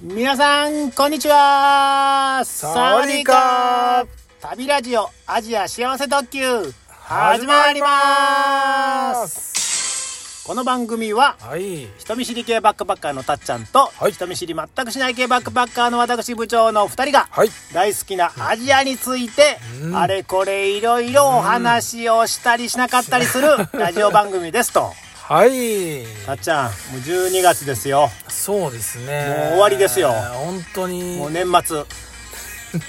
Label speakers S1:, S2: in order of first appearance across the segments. S1: 皆さん、こんにちは
S2: サワディーカー
S1: 旅ラジオアジア幸せ特急始
S2: 始
S1: ま
S2: ま
S1: り
S2: り
S1: ま
S2: ます
S1: この番組は、
S2: はい。
S1: 人見知り系バックパッカーのたっちゃんと、
S2: はい
S1: 人見知り全くしない系バックパッカーの私部長の2人が、
S2: はい。
S1: 大好きなアジアについて、
S2: うん
S1: あれこれいろいろお話をしたりしなかったりす るラジオ番組ですと。
S2: はい。
S1: たっちゃん、もう12月ですよ。
S2: そうですね。
S1: もう終わりですよ
S2: 本当に。
S1: もう年 末。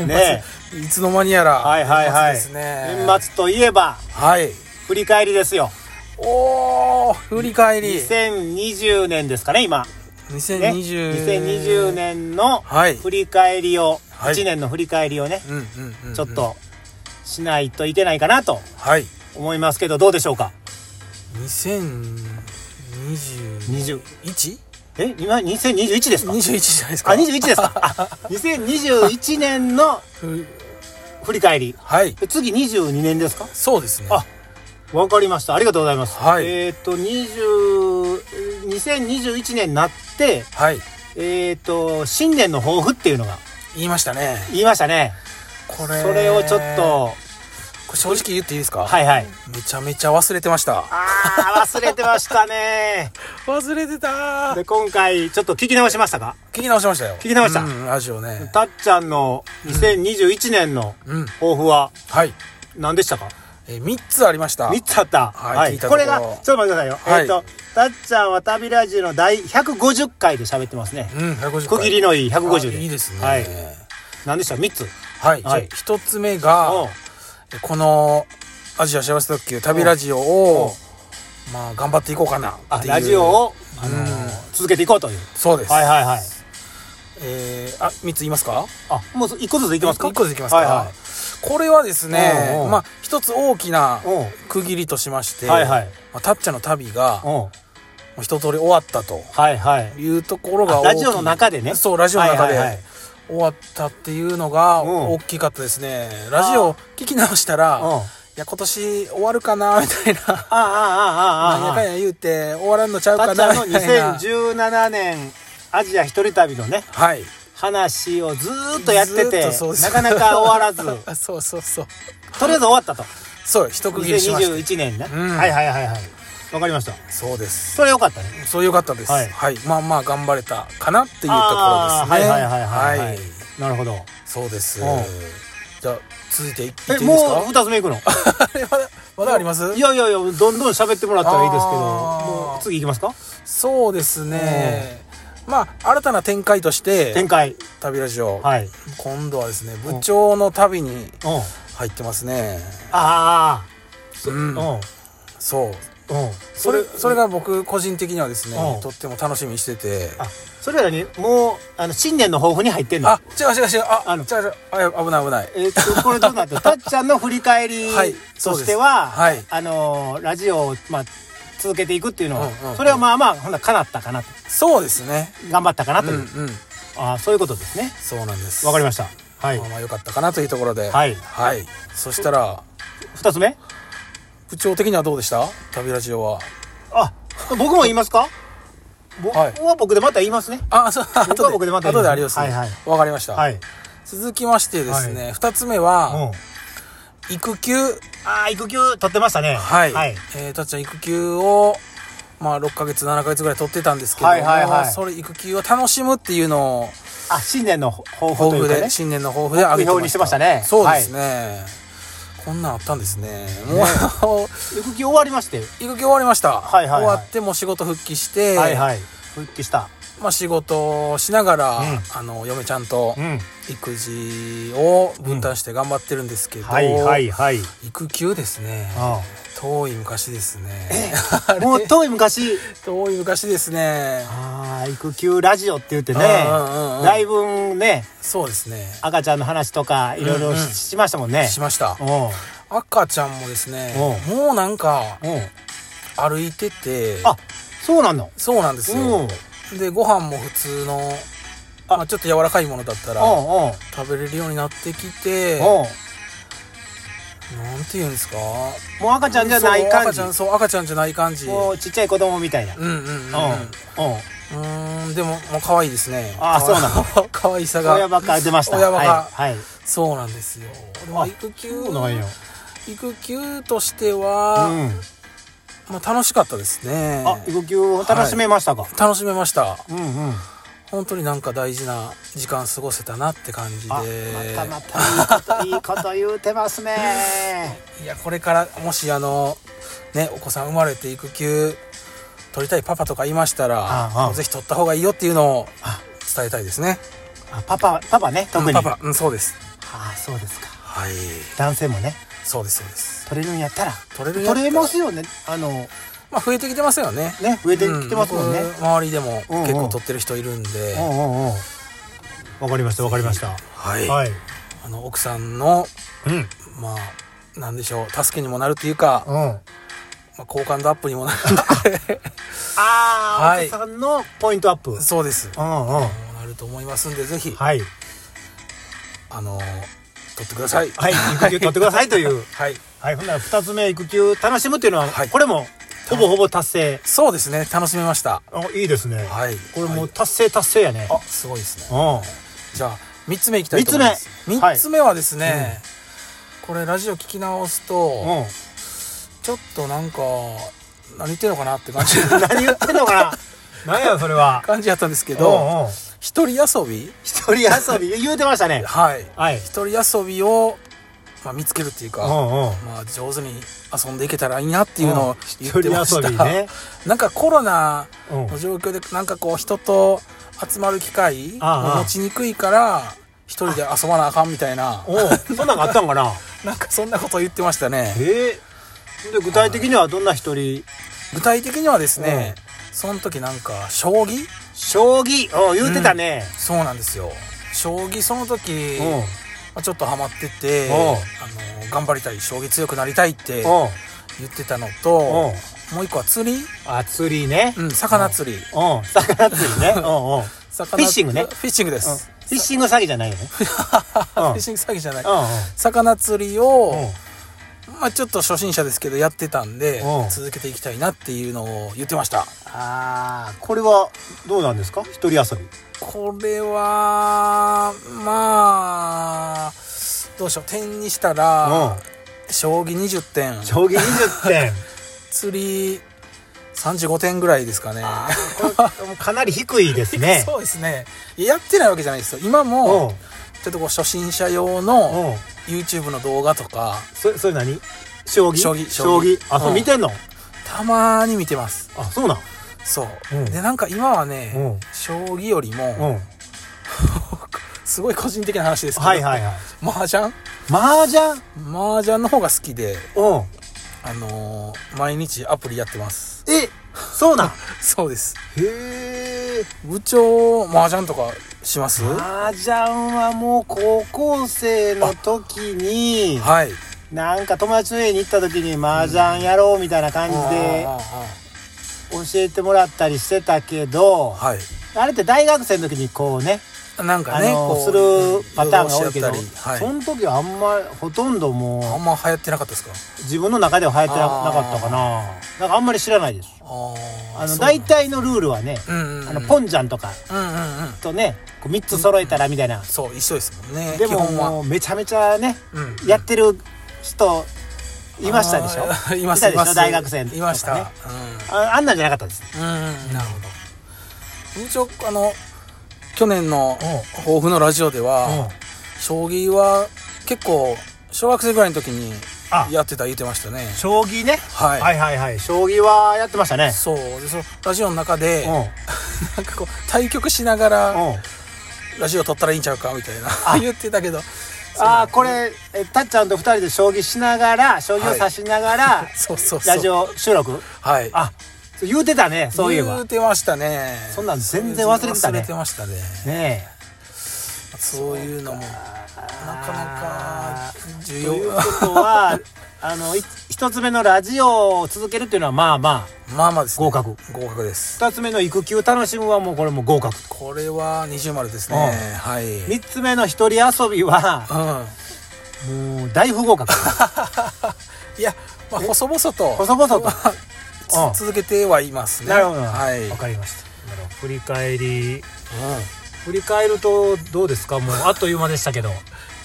S1: ね
S2: え。いつの間にやら。
S1: はいはいはい。
S2: 年末ですね。
S1: 年。末といえば、
S2: はい。
S1: 振り返りですよ。
S2: おー、振り返り。
S1: 2020年ですかね、今。ね。
S2: 2020。
S1: 2020。年の
S2: はい
S1: 振り返りを、
S2: はい
S1: 1年の振り返りをね、
S2: うんうんうんうん。
S1: ちょっ。としないといけないかなと
S2: はい。
S1: 思いますけど、どうでしょうか
S2: 2021?
S1: 20え今2021ですか
S2: 21じゃないですか。
S1: あ21ですかあ2021年の
S2: ふ
S1: 振り返り
S2: はい。
S1: で次22年ですか
S2: そうですね。
S1: あわかりましたありがとうございます、
S2: はい
S1: えっ、と20 2021年になって
S2: はい。
S1: えっ、と新年の抱負っていうのが
S2: 言いましたね。
S1: 言いましたね
S2: これ。
S1: それをちょっ。と
S2: これ正直言っていいですか
S1: はいはい
S2: めちゃめちゃ忘れてました。
S1: あー忘れてましたね
S2: 忘れてた
S1: で今回ちょっと聞き直しましたか
S2: 聞き直しましたよ。
S1: 聞き直した
S2: うん、ラジオね。
S1: たっちゃんの2021年の
S2: うん。
S1: 抱負は
S2: はい。
S1: 何でしたか
S2: えー、3つありました。
S1: 三つあった。
S2: はい聞いたと
S1: こ
S2: ころ
S1: れが、ちょっと待ってくださいよ。
S2: はい
S1: えっと、たっちゃんは旅ラジオの第150回で喋ってますね。
S2: うん、150回。
S1: 区切りのいい150で。
S2: あいいですね。
S1: はい。何でした三つ。
S2: はい。じゃあ、
S1: はい
S2: 1つ目が、
S1: おう
S2: えこの、アジア幸せ特急旅ラジオ
S1: おう
S2: を、まあ、頑張っていこうかなっていう。
S1: あ、ラジオを、あの
S2: うん
S1: ー、続けていこうという。
S2: そうです。
S1: はいはいはい。
S2: えーあ、3つ言いますか
S1: あ、もう一個ずついきますか
S2: 一個ずついきますか。
S1: はいは
S2: これはですね、
S1: おうおう。
S2: まあ、一つ大きない
S1: うん。
S2: 区切りとしまして、
S1: はいはい
S2: まあ、タッチャの旅が、も
S1: うん。
S2: う一通り終わったと。
S1: はいはい。
S2: いうところが
S1: あ
S2: 大き
S1: ラ
S2: い
S1: ジオの中でね
S2: そうラジオの中
S1: は
S2: で
S1: いはいはい
S2: 終わったっていうのが
S1: うん
S2: 大きかったですね、ラジオ聞き直したら、
S1: うん。
S2: い
S1: あ
S2: や今年終わるかなみたいな
S1: あ、あ
S2: なん
S1: あ、あ
S2: や
S1: あ、
S2: かん
S1: あ
S2: や言うて終わらんのちゃ
S1: あ。
S2: う
S1: た
S2: か
S1: っちゃ
S2: なん
S1: の
S2: みたいな
S1: 2017年、アジア一人旅のね、
S2: はい
S1: 話をずーっとやって
S2: ずー
S1: て
S2: っとそうで、す
S1: なかなか終わ らず、とり
S2: そうそうそう
S1: あえず終わったと。
S2: そう一区切りしました
S1: 2021年ね、
S2: うん
S1: はいはいはいはいわかりました
S2: そうです
S1: それよかったね
S2: そうよかったです
S1: は
S2: はいい、まあまあ頑張れたかなっていうところ
S1: あー
S2: ですね
S1: はいはいはいはい、はい
S2: はい
S1: なるほど
S2: そうです
S1: うん
S2: じゃあ続いていっていい
S1: え
S2: です
S1: もう
S2: か
S1: 二つ目いくの
S2: あ れまだまだあります
S1: いやいやいやどんどん喋ってもらったらいいですけど
S2: あー
S1: もう次いきますか
S2: そうですね、まあ新たな展開として
S1: 展開
S2: 旅ラジオ、
S1: はいうん
S2: 今度はですね部長の旅に
S1: あ
S2: 入ってますね、
S1: あ
S2: う
S1: ー
S2: ん、
S1: うん
S2: そう
S1: うん
S2: それそれが僕個人的にはですね、
S1: うん
S2: とっても楽しみにしてて
S1: あそれらにもうあの新年の抱負に入ってんの
S2: あ違う違う違うあ
S1: あ
S2: 違
S1: の
S2: う違うあ危ない危ない
S1: えっとこれどう なってたっちゃんの振り返り
S2: はい
S1: としては、
S2: そうです
S1: あのーラジオを、まあ、続けていくっていうのは、
S2: うんうんうん
S1: それはまあまあほんならかなったかなと
S2: そうですね
S1: 頑張ったかな
S2: う
S1: とい
S2: ん
S1: う、
S2: うん
S1: ああそういうことですね
S2: そうなんです
S1: わかり
S2: ま
S1: ましたはい
S2: まあまあ良かったかなというところで
S1: はい
S2: はい、そしたら
S1: 二つ目
S2: 部長的にはどうでした旅ラジオは
S1: あ僕も言いますか僕
S2: はい
S1: は僕でまた言いますね
S2: あそう
S1: 僕は僕でまた
S2: 後でありますね
S1: はいはい
S2: わかりました、
S1: はい
S2: 続きましてですね、二つ目は、育休。
S1: ああ育休取ってましたね
S2: はい。
S1: はい
S2: えー、たっちゃん育休を、まあ、6ヶ月、7ヶ月ぐらい取ってたんですけども、
S1: はいはいはい
S2: それ育休を楽しむっていうのを、
S1: あ新年の抱負とい
S2: 抱負
S1: うか
S2: で、
S1: ね
S2: 新年の抱負で上げてました。
S1: 目標にしてましたね
S2: そうですね。こんなんあったんですね。もう、
S1: 育休終わりまして
S2: 育休終わりまし
S1: は
S2: た。
S1: いはいはい
S2: 終わって、もう仕事復帰して、
S1: はいはい復帰した
S2: まあ、仕事をしながら、
S1: うん
S2: あの、嫁ちゃんと
S1: うん
S2: 育児を分担して頑張ってるんですけど、
S1: はいはいはい
S2: 育休ですね。
S1: あ
S2: 遠い昔ですね。
S1: あもう遠い昔
S2: 遠い昔ですね。
S1: ああ育休ラジオって言ってね
S2: うんうんうん
S1: だいぶね
S2: そうですね。
S1: 赤ちゃんの話とかいろいろ
S2: うんうん
S1: ししましたもんね
S2: しました
S1: う。ん
S2: 赤ちゃんもですね、
S1: う
S2: もうなんか
S1: うん
S2: 歩いてて、
S1: あそうなんの
S2: そうなんです
S1: う
S2: よ
S1: ん。
S2: で、ご飯も普通の、
S1: あ
S2: まあ、ちょっと柔らかいものだった
S1: う
S2: ら
S1: んうん
S2: 食べれるようになってきて、
S1: うん
S2: なんて言うんですか
S1: もう赤ちゃんじゃない
S2: そう
S1: 感
S2: 赤
S1: じ
S2: ちゃん、そう、赤ちゃんじゃない感じ。
S1: も
S2: う
S1: うちっちゃい子供みたいなうん
S2: うんうん。
S1: ん
S2: うーんでももう可愛いですね
S1: あーそうな
S2: の 可愛さが
S1: 親バカ出ました。
S2: 親バカ
S1: はい。はい
S2: そうなんですよでも
S1: あ
S2: 育休
S1: そうなんよ。
S2: 育休として
S1: う
S2: は、
S1: ん。
S2: まあ、楽しかったですね
S1: あ、育休を楽しめましたか。
S2: 楽しめました
S1: うんうん。あ、
S2: 本当になんか大事な時間過ごせたなって感じで
S1: またまたいいこといいこと言うてますね。
S2: いやこれからもしあのねお子さん生まれて育休取りたいパパとかいましたら
S1: ああ
S2: ぜひ取った方がいいよっていうのを
S1: あ
S2: 伝えたいですね
S1: あ、パパ、パパね、特に。
S2: うんパパ、うん、そうです
S1: ああ、そうですか。
S2: はい
S1: 男性もね、
S2: そうですそうです
S1: 取れるんやったら。
S2: 取れるんやった
S1: 取
S2: ら
S1: れますよね。あの、ね、
S2: まあ増えてきてますよね
S1: 増えてきてますもんね。
S2: う僕周りでも
S1: うんうん
S2: 結構取ってる人いるんで、
S1: うんうんうん。わかりました、わかりました。
S2: はい、
S1: はい。
S2: あの奥さんの
S1: うん。
S2: まあなんでしょう助けにもなるっていうか、
S1: うん。
S2: まあ、好感度アップにも なる
S1: ああ、
S2: はい
S1: 奥さんのポイントアップ。うんうん。
S2: そうです
S1: は
S2: もうなると思いますんでぜひ、
S1: い。
S2: あの取ってください
S1: はい、育休取ってくださいという。
S2: はい
S1: はい、ほんなら二つ目育休楽しむっていうのは、
S2: はい
S1: これもほぼほぼ達成。
S2: そうですね楽しめました
S1: あ、いいですね。
S2: はい
S1: これも
S2: は
S1: う
S2: い
S1: 達成達成やね。
S2: あすごいですね
S1: あ、
S2: じゃあ3つ目いきたいと思います
S1: 三つ目
S2: 3つ目
S1: はい
S2: はですね、これラジオ聞き直すと、
S1: うん。うん。
S2: ちょっとなんか何言ってんのかなって感じ
S1: 何言ってんのかな。何やそれは。
S2: 感じやったんですけど
S1: どう？
S2: 一人遊び
S1: 一人遊び言うてましたね。
S2: はい
S1: はい。
S2: 一人遊びを、まあ、見つけるっていう
S1: うん
S2: か、
S1: うん。
S2: まあ、上手に遊んでいけたらいいなっていうのを言ってました、
S1: 一人遊びね。
S2: なんかコロナ
S1: うん。
S2: の状況でなんかこう人と集まる機会を
S1: ああ
S2: 持ちにくいから一人で遊ばなあかんみたいな
S1: おうそんなんがあったんか な。
S2: なんかそんなこと言ってましたね
S1: ええ。で具体的にはどんな一人？
S2: 具体的にはですねその時なんか将棋
S1: 将棋。おう言うてたね。
S2: そうなんですよ将棋その時
S1: うん。
S2: まあちょっとハマってて
S1: おう
S2: あの頑張りたい将棋強くなりたいって
S1: おう
S2: 言ってたの
S1: お
S2: と
S1: う
S2: もう一個は釣り、
S1: あ釣りね。
S2: うん、魚釣り
S1: うん。魚釣りね。うんうん。
S2: 魚釣り
S1: フィッシングね
S2: フィッシングで
S1: うん
S2: す、
S1: フィッシング詐欺じゃないよね。
S2: フィッシング詐欺じゃない
S1: うん
S2: 魚釣りを、
S1: うん。
S2: まあ、ちょっと初心者ですけどやってたんで
S1: うん
S2: 続けていきたいなっていうのを言ってました
S1: ああ、これはどうなんですか？一人遊び。
S2: これはまあどうしよう点にしたら将棋20点
S1: 将棋20点。
S2: 釣り35点ぐらいですかね 。
S1: これかなり低いですね
S2: そうですねいややってないわけじゃないですよ今
S1: うん。う
S2: もちょっとこう初心者用の
S1: ん。
S2: YouTube の動画とか
S1: そそれ何？将棋。
S2: 将棋
S1: 将棋。あ、そううん見てんの。
S2: たまーに見てます
S1: あ、そうなん。
S2: そ
S1: う
S2: う、
S1: ん
S2: でなんか今はね、
S1: うん
S2: 将棋よりも、
S1: うん。
S2: すごい個人的な話ですけど、
S1: はいはいはい。
S2: 麻雀
S1: 麻雀。
S2: 麻雀の方が好きで、
S1: うん。
S2: あのー毎日アプリやってます。
S1: え、そう なん。
S2: そうです。
S1: へえ。
S2: 部長、麻雀とかしますは
S1: 麻雀はもう高校生の時に。
S2: い。
S1: なんか友達の家に行った時に麻雀やろうみたいな感じで
S2: あーあー
S1: 教えてもらったりしてたけど
S2: あーはい。
S1: あれって大学生の時にこうね
S2: なんか
S1: あ
S2: ね、
S1: の
S2: こう
S1: するパターンが多いけど
S2: 動画をし合ったり
S1: そ
S2: はい。
S1: の時はあんまほとんど
S2: あ
S1: も
S2: んま流行ってなかったですか
S1: う自分の中では流行ってな
S2: あ
S1: な
S2: ー
S1: かったかななんかあんまり知らないです
S2: ああ
S1: あの大、体のルールはね
S2: そううんうんうん、
S1: あのポ
S2: ン、
S1: ンジャンとか
S2: うんうんうん。
S1: とねこう3つ揃えたらみたいな
S2: そう、一緒ですもんね。
S1: で
S2: 基
S1: も
S2: 本は
S1: もうめちゃめちゃね
S2: うん
S1: やってる人いましたでしょ
S2: あーいます
S1: いたでしょ
S2: います
S1: 大学生とかね
S2: いました、うん
S1: ああんなんじゃなかったです
S2: うんなるほど部長あの去年の抱負のラジオでは将棋は結構小学生ぐらいの時に
S1: あ
S2: やってた言ってましたね
S1: 将棋ね
S2: はい、
S1: はいはいはい将棋はやってましたね
S2: そうでそのラジオの中で
S1: うんうん
S2: なんかこう対局しながらラジオ撮ったらいいんちゃうかみたいな言ってたけど
S1: ああこれえたっちゃんと二人で将棋しながら将棋を指しながら、
S2: そうそうそう
S1: ラジオ収録
S2: はい
S1: あそう言うてたねそういえ
S2: 言
S1: ば
S2: うてましたね
S1: そんなん全然忘れてたね
S2: 忘れてましたね
S1: ね
S2: そういうのもな
S1: え
S2: かなか重
S1: と
S2: 要
S1: いうことは あのい一つ目のラジオを続けるっていうのはまあまあ
S2: まあまあです、ね、
S1: 合格
S2: 合格です
S1: 二つ目の育休楽しむはもうこれも合格
S2: これは二重丸ですね
S1: うん
S2: はい
S1: 三つ目の一人遊びは
S2: う
S1: もう大不合格
S2: んいや、まあ、細々と
S1: 細々と
S2: つ続けてはいますね
S1: なるほど。
S2: はい
S1: わかりました。なるほ
S3: 振り返り振り返るとどうですかもうあっという間でしたけ ど
S2: い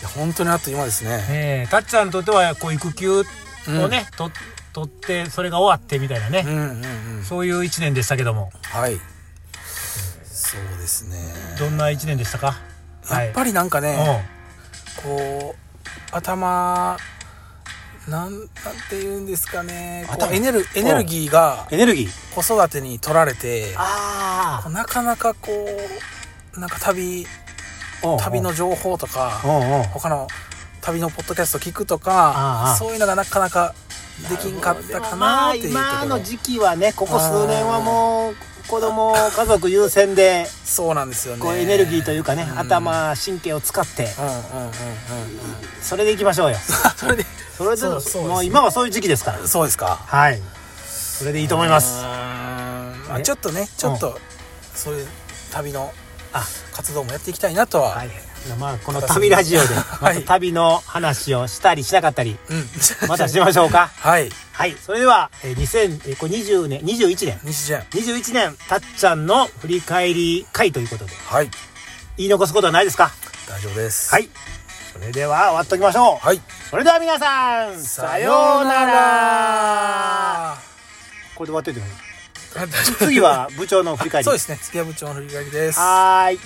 S2: や本当にあっという間ですね
S3: ええタッチさんにとってはこう育休をね、と取ってそれが終わってみたいなね、
S2: うんうんうん
S3: そういう1年でしたけども
S2: はいそうですね
S3: どんな1年でしたかはい
S2: やっぱりなんかね、
S3: うん
S2: こう頭なんなんて言うんですかねこう
S1: 頭
S2: エネルエネルギーが
S1: エネルギー
S2: 子育てに取られて
S1: あ
S2: なかなかこうなんか旅
S1: あ
S2: 旅の情報と
S1: う
S2: か
S1: んうん
S2: 他の旅のポッドキャスト聞くと
S3: あ
S2: か
S3: あ
S2: そういうのがなかなかできんかったかなっていうところ、
S1: まあ今の時期はねここ数年はもう子供家族優先で
S2: そうなんですよね
S1: こうエネルギーというかね、
S2: ん
S1: 頭神経を使って
S2: うんうん うんうんうん
S1: それでいきましょうよ
S2: それで
S1: それで
S2: そうそうですね
S1: もう今はそういう時期ですから
S2: そうですか
S1: はいそれでいいと思います
S2: まあ
S1: え
S2: ちょっとねちょっとそういう旅の活動もやっていきたいなとは、
S1: はいまあこの旅ラジオでまた旅の話をしたりしなかったり
S2: うん
S1: またしましょうか
S2: はい
S1: はいそれではえー2000えーこれ20年21年
S2: 西ちゃん
S1: 21年たっちゃんの振り返り会ということで
S2: はい
S1: 言い残すことはないですか
S2: 大丈夫です
S1: はいそれでは終わっときましょう
S2: はい
S1: それでは皆さんさようならこれで終わっててもいい
S2: 大丈夫
S1: 次は部長の振り返り
S2: そうですね月矢部長の振り返りです
S1: はーい